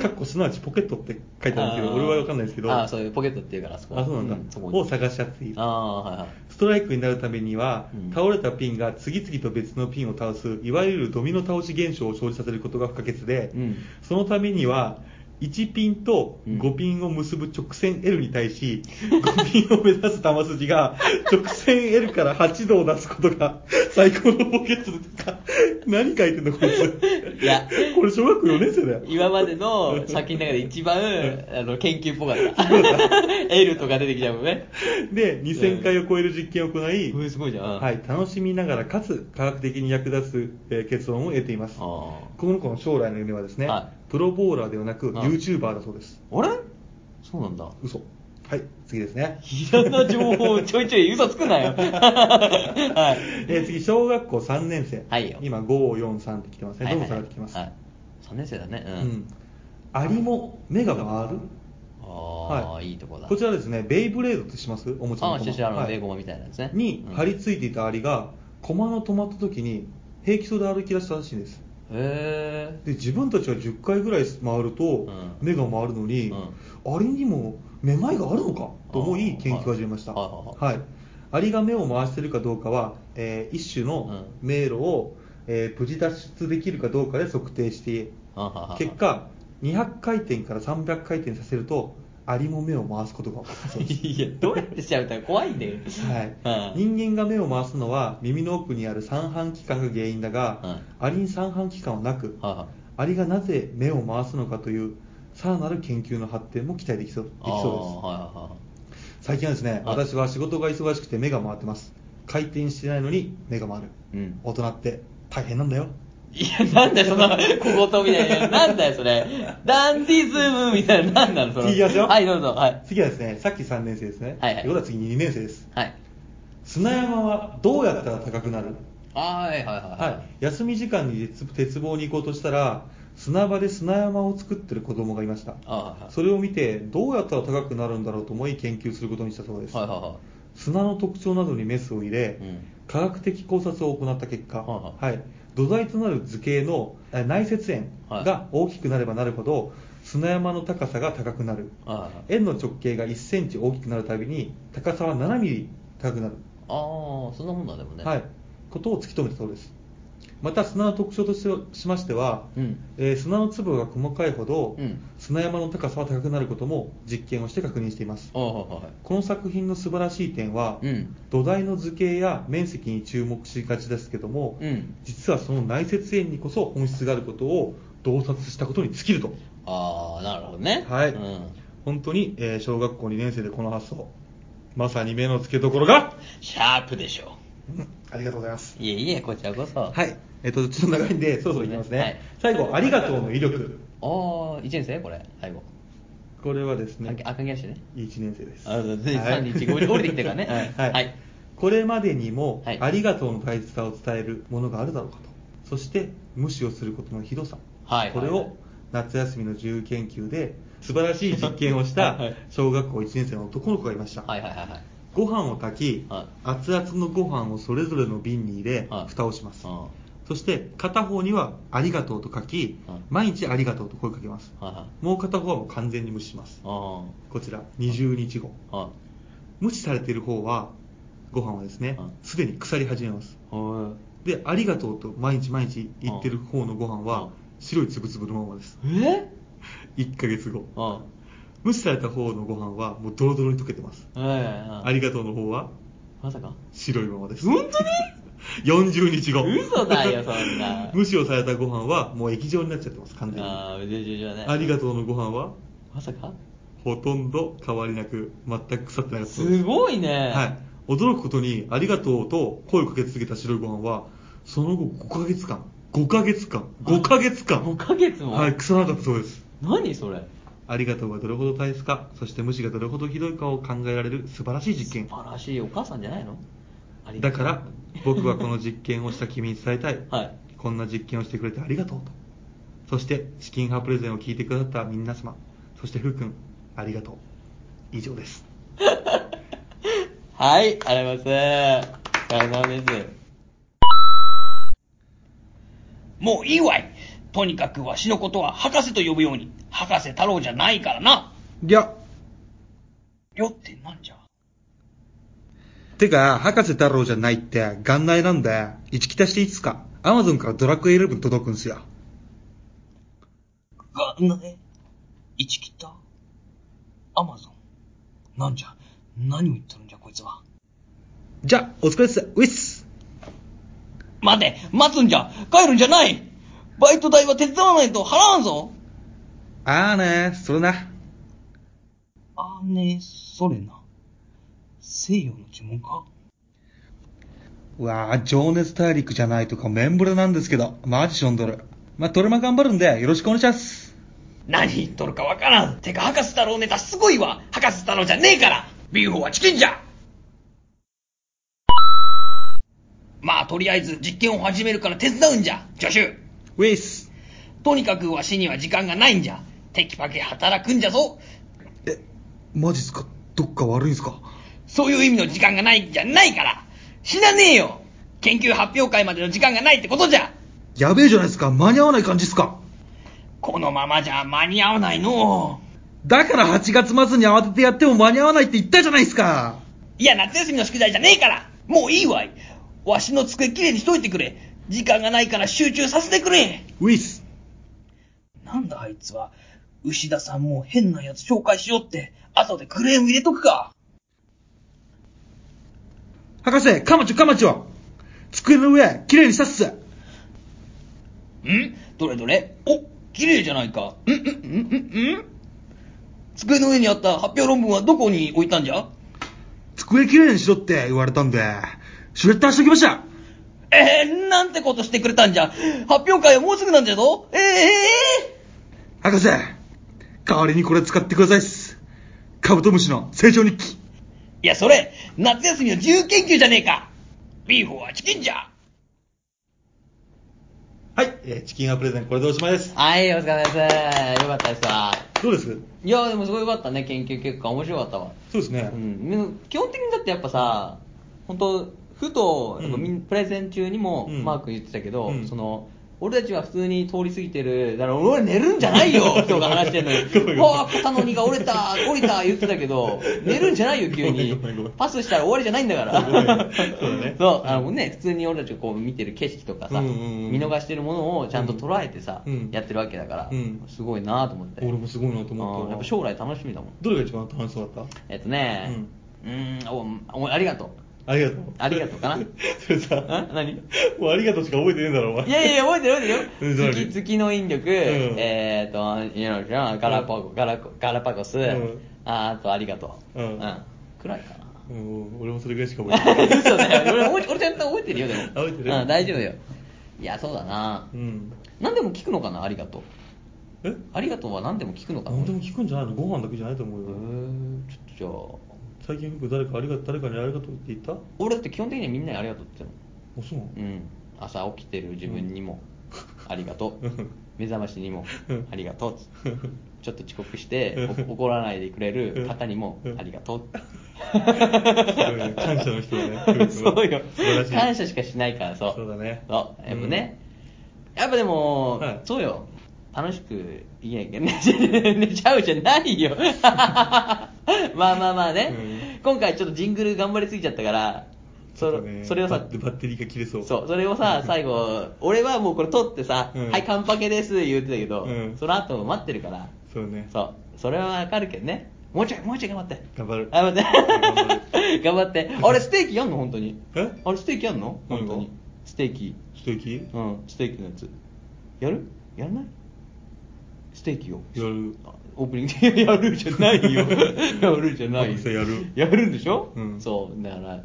A: かっこすなわちポケットって書いてあるんですけ
B: あ
A: ど
B: ー
A: 俺は分かんないですけど
B: あーそういうポケットっていうからあそこ
A: あそうなんだ、
B: そこに
A: を探し合っている
B: ああはいはい
A: ストライクになるためには、
B: うん
A: 倒れたピンが次々と別のピンを倒すいわゆるドミノ倒し現象を生じさせることが不可欠で、
B: うん
A: そのためには1ピンと
B: うん
A: 5ピンを結ぶ直線 L に対し、5ピンを目指す球筋が直線 L から8度を出すことが最高のポケットですか何書いてんのこいつ
B: いや
A: これ小学校4年生だよ
B: 今までの作品の中で一番あの研究っぽかった L とか出てきちゃうもんね
A: で2000回を超える実験を行い、
B: うんすごいじゃん
A: はい、楽しみながらかつ科学的に役立つ、えー結論を得ています
B: あー
A: この子の将来の夢はですね、
B: は
A: プロボーラーではなく
B: ん
A: YouTuber だそうです。
B: あれそうなん だ
A: 嘘。はい、次ですね。
B: 嫌な情報をちょいちょい嘘つくなよはい
A: えー次、小学校3年生。
B: はいよ
A: 今、5、4、3って来てますね。どんどん下がってきます。
B: はい3年生だね
A: う
B: うん
A: ん。アリも目が回る
B: ああいいとこだ
A: こちらですね、ベイブレードってしますおもちゃ
B: あ
A: の
B: あ
A: 駒。
B: シュシュあの
A: はい
B: ベーゴマみたいなやつね
A: に
B: うん
A: 張り付いていたアリが、駒の止まった時に平気そうで歩き出したらしいんです。
B: へ
A: で自分たちは10回ぐらい回ると
B: うん
A: 目が回るのに、アリにもめまいがあるのかと思い研究を始めました、
B: あーは
A: は
B: い
A: い、アリが目を回しているかどうかは、えー一種の迷路を、えー無事脱出できるかどうかで測定して
B: え
A: 結果200回転から300回転させるとアリも目を回すことが分かった そうです
B: いやどうやってしちゃうか怖いんだよ
A: はい、人間が目を回すのは耳の奥にある三半規管が原因だが、アリに三半規管はなく、
B: はいはい
A: アリがなぜ目を回すのかというさらなる研究の発展も期待できそうできそうです最近はですね、
B: はい
A: 私は仕事が忙しくて目が回ってます回転してないのに目が回る、
B: うん
A: 大人って大変なんだよ
B: いや、なんだよ、その、小言みたいな。なんだよ、それ。ダンディズムみたいな。なんなの、その。
A: 次いきますよ
B: はい、どうぞ。はい。
A: 次はですねさっき3年生ですね
B: はいはい
A: ということは次2年生です
B: はい。
A: 砂山はどうやったら高くなる
B: あーはい、はい、はい。
A: はい、休み時間に鉄鉄棒に行こうとしたら砂場で砂山を作ってる子供がいました
B: あはいはい
A: それを見てどうやったら高くなるんだろうと思い研究することにしたそうです、
B: はい、はい、はい。
A: 砂の特徴などにメスを入れ、
B: うん
A: 科学的考察を行った結果、
B: は
A: はい土台となる図形のえ内接円が大きくなればなるほど砂山の高さが高くなる
B: はいはい
A: 円の直径が1センチ大きくなるたびに高さは7ミリ高くなる
B: あーそんなもんなんでもね。
A: はい、ことを突き止めたそうですまた砂の特徴としてしましては、
B: うん
A: えー砂の粒が細かいほど、
B: うん
A: 砂山の高さは高くなることも実験をして確認しています
B: あーはい、はい。
A: この作品の素晴らしい点は、
B: うん
A: 土台の図形や面積に注目しがちですけども、
B: うん
A: 実はその内接円にこそ本質があることを洞察したことに尽きると、
B: ああ、なるほどね。
A: はい
B: うん。
A: 本当に、えー小学校2年生でこの発想まさに目の付けどころが、
B: シャープでしょ。
A: うんありがとうございます
B: いえいえ、こちらこそ。
A: は。い。えっと、ちょっと長いんで、そろそろいきますね。
B: はい
A: 最後、ありがとうの威力。
B: ああ、一年生これ。最後。
A: これはですね、
B: あ赤毛足ね。
A: 1年生です。
B: あ全然3 2 1降り降りてきたからね
A: はい。
B: はい
A: これまでにも、
B: はい
A: ありがとうの大切さを伝えるものがあるだろうかと。そして、無視をすることのひどさ。
B: はい
A: これ
B: はいは
A: を
B: い、
A: 夏休みの自由研究で、素晴らしい実験をした
B: はい、
A: 小学校1年生の男の子がいました。
B: はいはいはいはい。
A: ご飯を炊き、
B: はい
A: 熱々のご飯をそれぞれの瓶に入れ、
B: はい
A: 蓋をします、
B: うん
A: そして片方には「ありがとう」と書き、
B: はい
A: 毎日「ありがとう」と声かけます、
B: はいはい
A: もう片方はもう完全に無視します
B: あ
A: こちら20日後
B: あ。はい。
A: 無視されている方はご飯はですね
B: はい
A: すでに腐り始めます
B: は
A: で「ありがとう」と毎日毎日言ってる方のご飯は
B: はい
A: 白いつぶつぶのままです
B: い。え
A: 1ヶ月後
B: あ
A: 無視された方のご飯はもうドロドロに溶けてます
B: あ。え
A: ありがとうの方は
B: まさか。
A: 白いままです 本当に40日後
B: 嘘だよそんな
A: 無視をされたご飯はもう液状になっちゃってます完全にあ
B: ああ、うじうじうじはね。
A: りがとうのご飯は
B: まさか
A: ほとんど変わりなく全く腐ってなかったそうです
B: ごいね。
A: はい驚くことにありがとうと声をかけ続けた白いご飯はその後5ヶ月間5ヶ月間5ヶ月間
B: 5ヶ月も
A: はい腐らなかったそうです
B: 何それ
A: ありがとうがどれほど大切かそして無視がどれほどひどいかを考えられる素晴らしい実験
B: 素晴らしいお母さんじゃないのありが
A: だ
B: とう
A: から、僕はこの実験をした君に伝えたい。
B: はい
A: こんな実験をしてくれてありがとうと。そして、チキンハープレゼンを聞いてくださった皆様、そして、ふうくん、ありがとう。以上です。
B: はい、ありがとうございます。お疲れ様です。
C: もういいわい。とにかくわしのことは博士と呼ぶように。博士太郎じゃないからな。
A: りゃ
C: りょってなんじゃ。
A: てか、博士太郎じゃないって、元来なんで、1来たしていつか、アマゾンからドラクエ11届くんすよ。
C: が、な、え、一切ったアマゾンなんじゃ何を言っとるんじゃこいつは。
A: じゃ、お疲れっす。ウィッス
C: 待て待つんじゃ帰るんじゃないバイト代は手伝わないと払わんぞ
A: あーねそれな。
C: あね、それな。西洋の呪文か
A: うわぁ、情熱大陸じゃないとか、メンブレなんですけど、マジしょんどる。まあ、トレマ頑張るんで、よろしくお願いします。
C: 何言っとるかわからん。てか、博士太郎ネタすごいわ。博士太郎じゃねえから。ビーフォーはチキンじゃ。まあ、とりあえず実験を始めるから手伝うんじゃ。助手。
A: ウィッス
C: とにかくわしには時間がないんじゃ。テキパキ働くんじゃぞ。
A: え、マジっすかどっか悪いんすか
C: そういう意味の時間がないんじゃないから。死なねえよ。研究発表会までの時間がないってことじゃ。
A: やべえじゃないですか間に合わない感じっすか
C: このままじゃ間に合わないのう。
A: だから8月末に慌ててやっても間に合わないって言ったじゃないですか
C: いや、夏休みの宿題じゃねえからもういいわいわしの机きれいにしといてくれ時間がないから集中させてくれ
A: ウィス
C: なんだあいつは、牛田さんも変なやつ紹介しようって、後でクレーム入れとくか
A: 博士、カマチョカマチョ机の上、綺麗にしたっす
C: んどれどれお、綺麗じゃないか。んんんんんん机の上にあった発表論文はどこに置いたんじゃ
A: 机綺麗にしろって言われたんで、シュレッダーしときました
C: えー、なんてことしてくれたんじゃ発表会はもうすぐなんじゃぞえー、えー、
A: 博士、代わりにこれ使ってくださいっす。カブトムシの成長日記。
C: いや、それ、夏休みの自由研究じゃねえかビーフォーはチキンじゃ
A: はい、えーチキンアプレゼンこれでおしまいです。
B: はい、お疲れ様です。よかったですわ。
A: どうです
B: いや、でもすごいよかったね、研究結果。面白かったわ。
A: そうですね
B: う。ん、でも基本的にだってやっぱさ、本当ふと、やっぱみん
A: うん
B: プレゼン中にも
A: うん
B: マーク言ってたけど、
A: うん
B: その、俺たちは普通に通り過ぎてる、だから俺寝るんじゃないよ 人が話して
A: ごめんごめ
B: るのに。
A: ん
B: わあ、肩の荷が折れ た、降りた、言ってたけど、寝るんじゃないよ、急に
A: ごめんごめんごめん。
B: パスしたら終わりじゃないんだから。
A: そうだねそうだね
B: そうあのね、普通に俺たちがこう見てる景色とかさ、
A: うんうんうん
B: 見逃してるものをちゃんと捉えてさ、
A: うん
B: やってるわけだから、
A: うん
B: すごいなと思って。
A: 俺もすごいなと思っ
B: うん
A: た。
B: やっぱ将来楽しみだもん。
A: どれが一番楽しそうだっ
B: えっとね、うーん、お、おありがとう。
A: たありがとう。
B: ありがとうかな
A: それさ、
B: ん何
A: もうありがとうしか覚えてねえんだろ、お前。
B: いやいや、覚えてる覚
A: う
B: え
A: ん
B: てるよ。
A: 何
B: 月、月の引力、えーと、いろいろ、ガラパゴ、ガラコ、ガラパゴス、
A: うん
B: あーあと、ありがとう。
A: うん
B: くらいかな。
A: うん、俺もそれぐらいしか覚えてない。
B: 嘘だよ。俺、俺俺ちゃんと覚えてるよ、でも。
A: 覚えてる
B: うん、大丈夫よ。いや、そうだな
A: う。ん。
B: 何でも聞くのかな、ありがとう。
A: え
B: ありがとうは何でも聞くのかな。
A: 何でも聞くんじゃないのご飯だけじゃないと思う
B: うー
A: よ。
B: ん、ちょっとじゃあ、
A: 最近僕誰かありが誰かにありがとうって言ったあ、
B: 俺だって基本的にはみんなにありがとうって言って
A: そうなの
B: たもん。うん。朝起きてる自分にも、ありがとう
A: うん。
B: 目覚ましにも
A: うん、
B: ありがとうっつって。ちょっと遅刻して
A: うん
B: お怒らないでくれる方にも
A: うん
B: ありがとうって
A: すごいね感謝の人 だね。こいつ
B: そ
A: は
B: うよ
A: 素晴らしい。
B: 感謝しかしないからそう
A: そうだね
B: そうやっぱね、やっぱでも、
A: はい
B: そうよ楽しくいけ ない寝ちゃうじゃな いよまあまあまあね、
A: うん
B: 今回ちょっとジングル頑張りすぎちゃったからそ
A: ちょ
B: れ,、
A: っとね
B: それをさ
A: バッバッテリーが切れそう。
B: そう、それをさ、最後、俺はもうこれ撮ってさ、
A: うん
B: はい、カンパケです言ってたけど、
A: うん
B: その後も待ってるから、
A: そうね。
B: そう、それはわかるけどね。もうちょい、もうちょい頑張って。
A: 頑張る。
B: 頑張
A: 張
B: って。頑張って。あれ、ステーキやんの本当に。
A: え
B: あれ、ステーキやんの本当
A: 何
B: に
A: が。
B: ステーキ。
A: ステーキ
B: うん、ステーキのやつ。やるやらないステーキを。
A: やる。
B: あオープニングでやるじゃない よ。やるじゃないよ。
A: やる
B: やるんでしょ
A: うん
B: そう、だから、や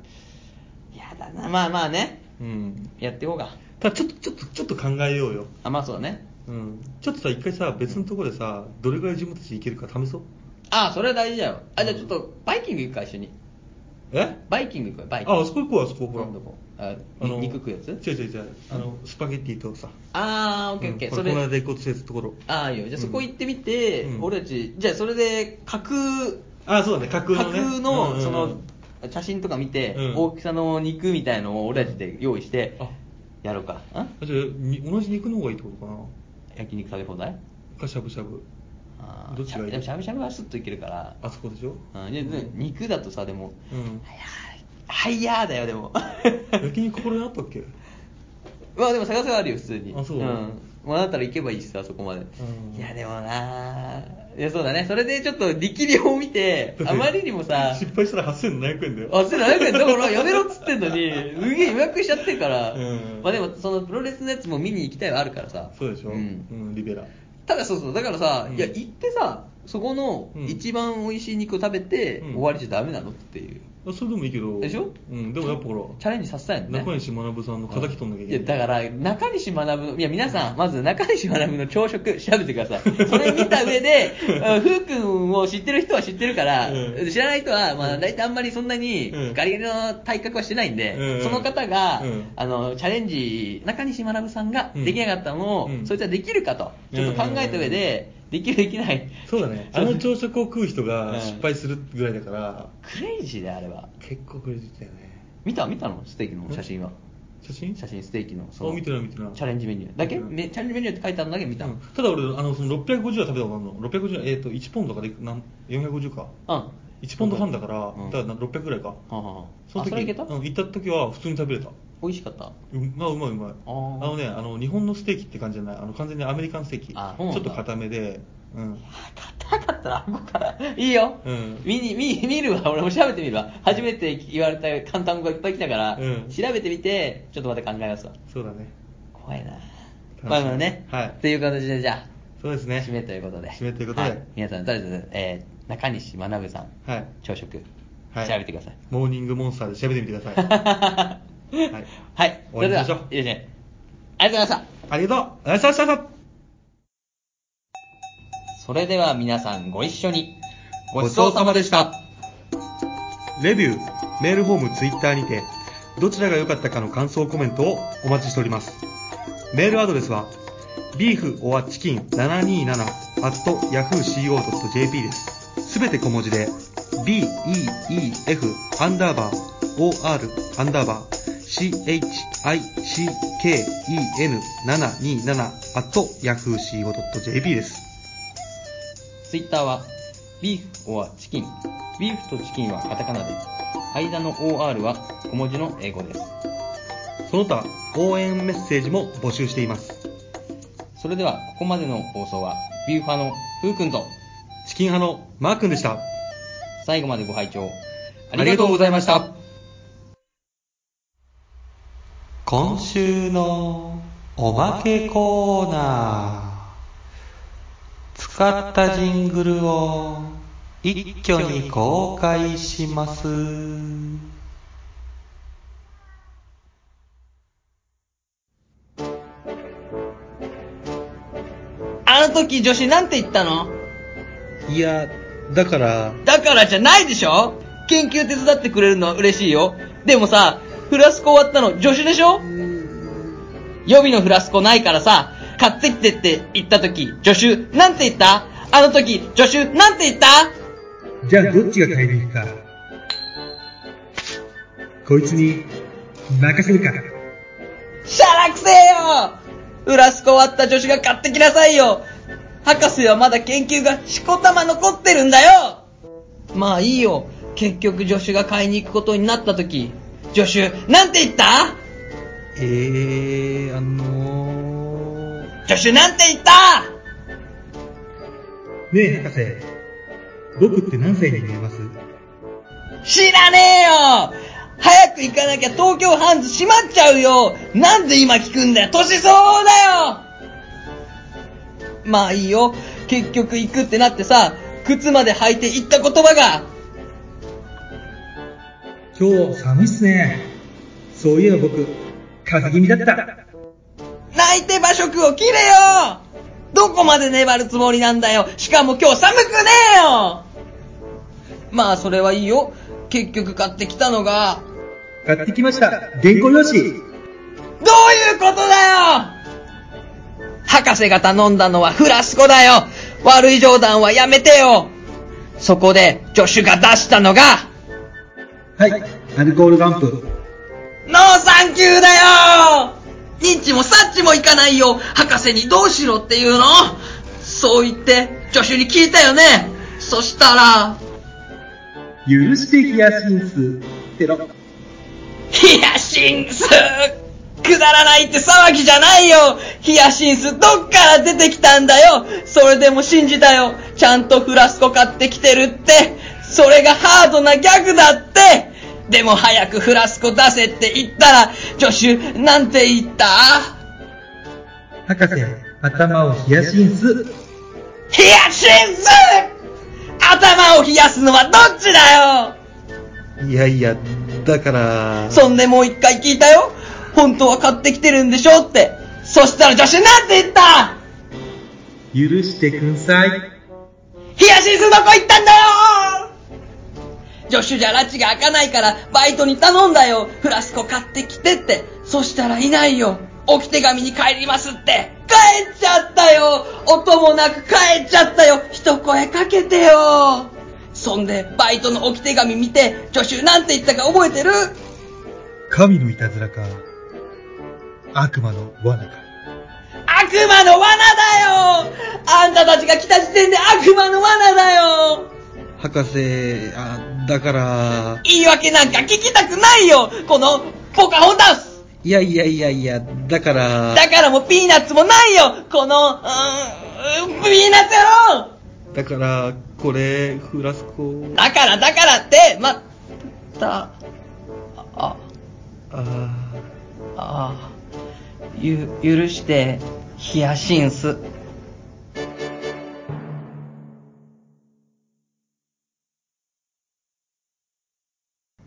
B: だな。まあまあね。
A: うん。
B: やっていこうか。
A: ただちょっと、ちょっと、ちょっと考えようよ。
B: あ、まあそうだね。
A: うん。ちょっとさ、一回さ、別のところでさ、どれぐらい自分たちいけるか試そう。
B: あ、それは大事だよ。あ、じゃあちょっと、バイキング行くか、一緒に。
D: え
B: バイキング行くわバイキング
D: あ、あそこ行くわ、あそこほら。
B: どこあに肉食うやつ
D: 違う違う違う。あの、スパゲッティとさ。
B: ああオッケーオッケー、
D: うん
B: そ
D: これ
B: れ
D: この間行こうとしてたところ。
B: ああいいよじゃあそこ行ってみて、
D: うん
B: 俺たちじゃあそれで架空
D: あ、そうだね、架空のね。うんうんうん
B: その写真とか見て、
D: うん
B: 大きさの肉みたいのを俺たちで用意して
D: あ
B: やろうかあ
D: あじゃあみ同じ肉の方がいいってことかな
B: 焼肉食べ放題
D: かしゃぶしゃぶ
B: あー
D: どっちがいい
B: しゃでもしゃぶしゃぶはスッといけるから
D: あそこでしょ
B: うん、でで肉だとさでも「
D: うん
B: はやーはいやー」だよでも
D: 焼肉これあったっけ
B: まあでも探せはあるよ普通に
D: あそうん
B: もうだったら行けばいいしさそこまで、
D: ん
B: いやでもなーいやそうだねそれでちょっと力量を見て あまりにもさ
D: 失敗したら8700円だよ
B: あ、それ700円だからやめろっつってんのに、すげえ予約しちゃってるから、
D: うん
B: まあでもそのプロレスのやつも見に行きたいはあるからさ、
D: そうでしょ、うんん、リベラ
B: ただそうそう、だからさ、
D: うん
B: いや、行ってさ、そこの
D: うん
B: 一番美味しい肉を食べて、
D: うん
B: 終わりじゃダメなのっていう、
D: あそれでもいいけど
B: でしょ
D: うん、でもやっぱほ
B: チャレンジさせたいのね。
D: ら中西学さんの仇取んなきゃい
B: い
D: け
B: や
D: ない
B: だから中西学のいや皆さんまず中西学の朝食調べてくださいそれ見た上 でうんふうくんを知ってる人は知ってるから、
D: うん
B: 知らない人はまあ大体あんまりそんなに
D: うん
B: ガリガリの体格はしてないんで、
D: うん
B: その方が、
D: うん
B: あのチャレンジ中西学さんが
D: うん
B: できなかったのを、
D: うん
B: そいつはできるかとちょっと考えた上で、できるできない
D: そうだ ねあの朝食を食う人
B: う
D: が
B: ん
D: 失敗するぐらいだから、
B: クレイジーであれば
D: 結構クレジットだよね
B: 見た見たのステーキの写真は
D: 写真
B: 写真ステーキのその
D: あ見てない見てない
B: チャレンジメニューだけ、
D: うん
B: めチャレンジメニューって書いてあるんだけど見た、
D: うんただ俺あのその650は食べたことあるの650えっ、と1ポンドからいくなん450か
B: うん
D: 1ポンド半だから、
B: うん
D: だから600ぐらいか、
B: はあはあ
D: その
B: あそ
D: 時
B: れいけた、
D: うん、行った時は普通に食べれた
B: 美味しかった
D: うんまあうまいうまい
B: あ
D: あ
B: ー
D: のねあの日本のステーキって感じじゃないあの完全にアメリカンステーキち
B: あそうなん
D: ょ
B: だ
D: っと硬めで、うん、
B: 硬かったらあこからいいよ、
D: うん
B: 見に見見るわ俺も調べてみるわ初めて言われた簡単語がいっぱい来たから、
D: うん
B: 調べてみてちょっとまた考えますわ
D: そうだね
B: 怖いな
D: み
B: まあまあね、
D: はい
B: っていう形でじゃ
D: そうです
B: あ、
D: ね
B: 締めということで
D: 締めということで
B: は皆さんとりあえず、えー中西学さん
D: はい、
B: 朝食、
D: はい、
B: 調べてください
D: モーニングモンスターで調べてみてくださいはい
B: はいそれでは
D: 終わ
B: いいですねありがとうございました
D: ありがとうありがとうございました
B: それでは皆さんご一緒にごちそうさまでした
D: レビュー、メールフォーム、ツイッターにて、どちらが良かったかの感想コメントをお待ちしております。メールアドレスは、beeforchicken727-yahooco.jp です。すべて小文字で、beef アンダーバー or アンダーバー chicken727-yahooco.jp です。
B: ツイッターは、ビーフ or チキン。ビーフとチキンはカタカナで、間の OR は小文字の英語です。
D: その他、応援メッセージも募集しています。
B: それでは、ここまでの放送は、ビーフ派のふうくんと、
D: チキン派のマー君でした。
B: 最後までご拝聴あ
D: あ
B: りがと
D: りがと
B: う
D: う
B: ご
D: ご
B: ざ
D: ざ
B: い
D: い
B: ま
D: ま
B: し
D: したた。
E: 今週のおまけコーナー使ったジングルを一挙に公開します
B: あの時女子なんて言ったの
D: いや、だから、
B: だからじゃないでしょ研究手伝ってくれるのは嬉しいよ。でもさ、フラスコ終わったの助手でしょ予備のフラスコないからさ、買ってきてって言った時、助手、なんて言ったあの時、助手、なんて言った
A: じゃあどっちが買いに行くか。こいつに任せるか。
B: しゃらくせえよフラスコ割った女子が買ってきなさいよ博士はまだ研究がしこたま残ってるんだよまあいいよ。結局助手が買いに行くことになった時、助手、なんて言った
D: えー、あのー、
B: 助手なんて言った
A: ねえ博士、僕って何歳に見えます
B: 知らねえよ早く行かなきゃ東京ハンズ閉まっちゃうよなんで今聞くんだよ年相応だよまあいいよ。結局行くってなってさ、靴まで履いて行った言葉が、
A: 今日寒いっすね。そういえば僕、風邪気味だった。
B: 泣いて馬食を切れよどこまで粘るつもりなんだよしかも今日寒くねえよまあそれはいいよ。結局買ってきたのが、
D: 買ってきました。原稿用
B: ど
D: 紙。
B: ういうことだよ博士が頼んだのはフラスコだよ悪い冗談はやめてよそこで助手が出したのが、
D: はい。アルコールランプ。
B: ノーサンキューだよ認知も察知もいかないよ博士にどうしろっていうのそう言って助手に聞いたよねそしたら、
D: 許してヒヤシンス。テロ。
B: ヒヤシンスくだらないって騒ぎじゃないよヒヤシンスどっから出てきたんだよそれでも信じたよちゃんとフラスコ買ってきてるってそれがハードなギャグだってでも早くフラスコ出せって言ったら助手なんて言った
D: 博士、頭をヒヤシンス。
B: ヒヤシンス頭を冷やすのはどっちだよ
A: いやいや、だから、
B: そんでもう一回聞いたよ本当は買ってきてるんでしょってそしたら女子なんて言った
D: 許してくんさい。
B: 冷やしすどこ行ったんだよ助手じゃ拉致が開かないからバイトに頼んだよフラスコ買ってきてってそしたらいないよ置き手紙に帰りますって帰っちゃったよ音もなく帰っちゃったよ一声かけてよそんでバイトの置き手紙見て助手なんて言ったか覚えてる
D: 神のいたずらか、悪魔の罠か。
B: 悪魔の罠だよあんたたちが来た時点で悪魔の罠だよ
A: 博士、あ、だから、
B: 言い訳なんか聞きたくないよこのポカホンダス
A: いやいやいやいや、だから、
B: だからもうピーナッツもないよこの、うーん、うーんピーナッツやろ
A: だから、これ、フラスコ、
B: だからだからって、ま、た、あ、
A: あ
B: あ、ゆ、許して、ヒヤシンス。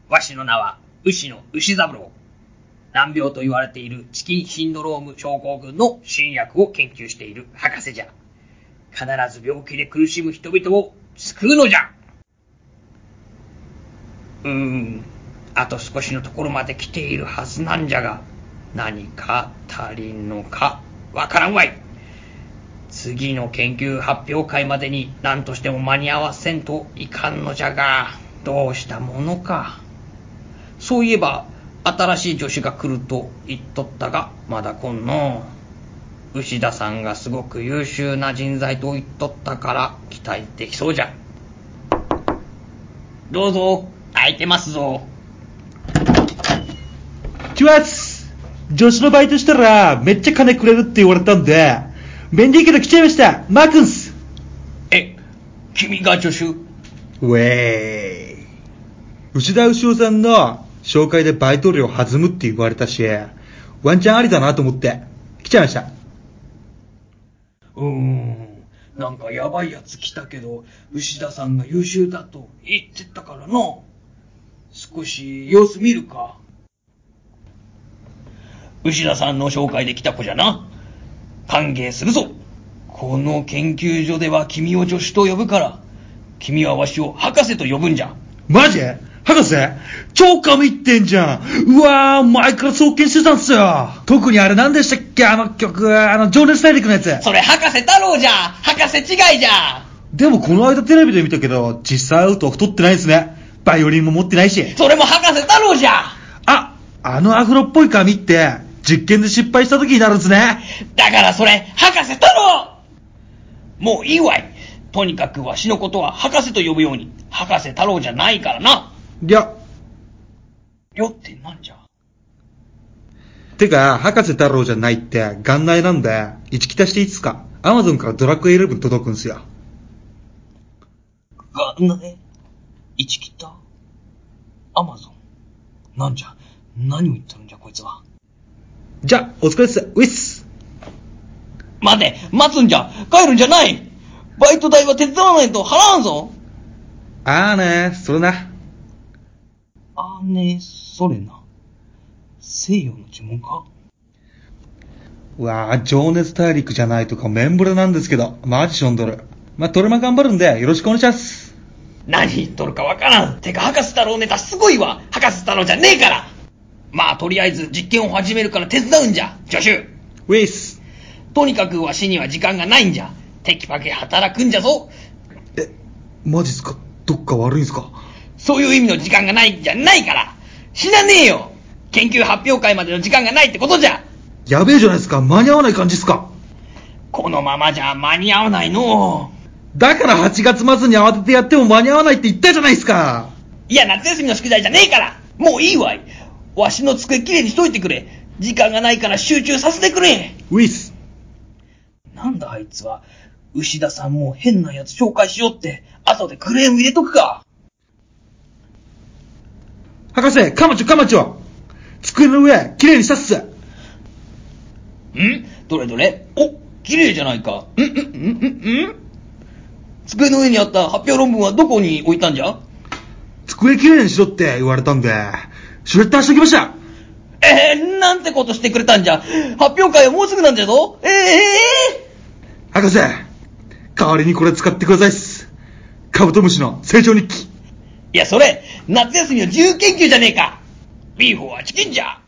C: わしの名は、牛野牛三郎。難病と言われているチキンシンドローム症候群の新薬を研究している博士じゃ。必ず病気で苦しむ人々を救うのじゃうーん、あと少しのところまで来ているはずなんじゃが、何か足りんのかわからんわい。次の研究発表会までに何としても間に合わせんといかんのじゃが、どうしたものか。そういえば、新しい助手が来ると言っとったが、まだ来んのう。牛田さんがすごく優秀な人材と言っとったから期待できそうじゃ。どうぞ、空いてますぞ。
A: ー。チュワッツ女子のバイトしたら、めっちゃ金くれるって言われたんで、便利いけど来ちゃいましたマークンス
C: え、君が助手
A: ウェーイ牛田牛尾さんの紹介でバイト料弾むって言われたし、ワンチャンありだなと思って、来ちゃいました。
C: うーん。なんかやばいやつ来たけど、牛田さんが優秀だと言ってたからな。少し様子見るか。牛田さんの紹介で来た子じゃな。歓迎するぞ。この研究所では君を助手と呼ぶから、君はわしを博士と呼ぶんじゃ。
A: マジ博士超神ってんじゃんうわー前から創建してたんすよ特にあれ何でしたっけあの曲、あの、情熱大陸のやつ。
B: それ博士太郎じゃ博士違いじゃ
A: でもこの間テレビで見たけど、実際会うと太ってないですね。バイオリンも持ってないし。
B: それも博士太郎じゃ
A: あ、あのアフロっぽい髪って、実験で失敗した時になるんですね。
B: だからそれ、博士太郎
C: もういいわい。とにかくわしのことは博士と呼ぶように、博士太郎じゃないからな。
A: りゃ、
C: よってなんじゃ。
A: てか、博士太郎じゃないって、元来なんで、1来たしていつか、アマゾンからドラクエ11届くんすよ。
C: が、な、え、一切ったアマゾンなんじゃ何を言ってるんじゃこいつは。
A: じゃ、お疲れっす。ウィッス
B: 待て、待つんじゃ、帰るんじゃないバイト代は手伝わないと払わんぞ
A: あーねー、それな。
C: あね、それな。西洋の呪文か
A: うわあ情熱大陸じゃないとか、メンブレなんですけど、マジションドル。まあ、トレマ頑張るんで、よろしくお願いします。
B: 何言っとるかわからん。てか、博士太郎ネタすごいわ。博士太郎じゃねえから。まあ、とりあえず実験を始めるから手伝うんじゃ。助手。
A: ウェイス。
B: とにかくわしには時間がないんじゃ。テキパキ働くんじゃぞ。
A: え、マジっすかどっか悪いんすか
B: そういう意味の時間がないんじゃないから。死なねえよ。研究発表会までの時間がないってことじゃ。
A: やべえじゃないですか間に合わない感じっすか
B: このままじゃ間に合わないのう。
A: だから8月末に慌ててやっても間に合わないって言ったじゃないですか
B: いや、夏休みの宿題じゃねえからもういいわいわしの机きれいにしといてくれ時間がないから集中させてくれ
A: ウィス。
B: なんだあいつは、牛田さんも変なやつ紹介しようって、後でクレーム入れとくか
A: 博士、カマチョカマチョ机の上、綺麗にしたっす
B: んどれどれお、綺麗じゃないか。んんんんんん机の上にあった発表論文はどこに置いたんじゃ
A: 机綺麗にしろって言われたんで、シュレッダーしてきました
B: えー、なんてことしてくれたんじゃ発表会はもうすぐなんじゃぞえー、え
A: 博士、代わりにこれ使ってくださいっす。カブトムシの成長日記。
B: ー、いや、それ、夏休みの自由研究じゃねえかビーフォはチキンじゃ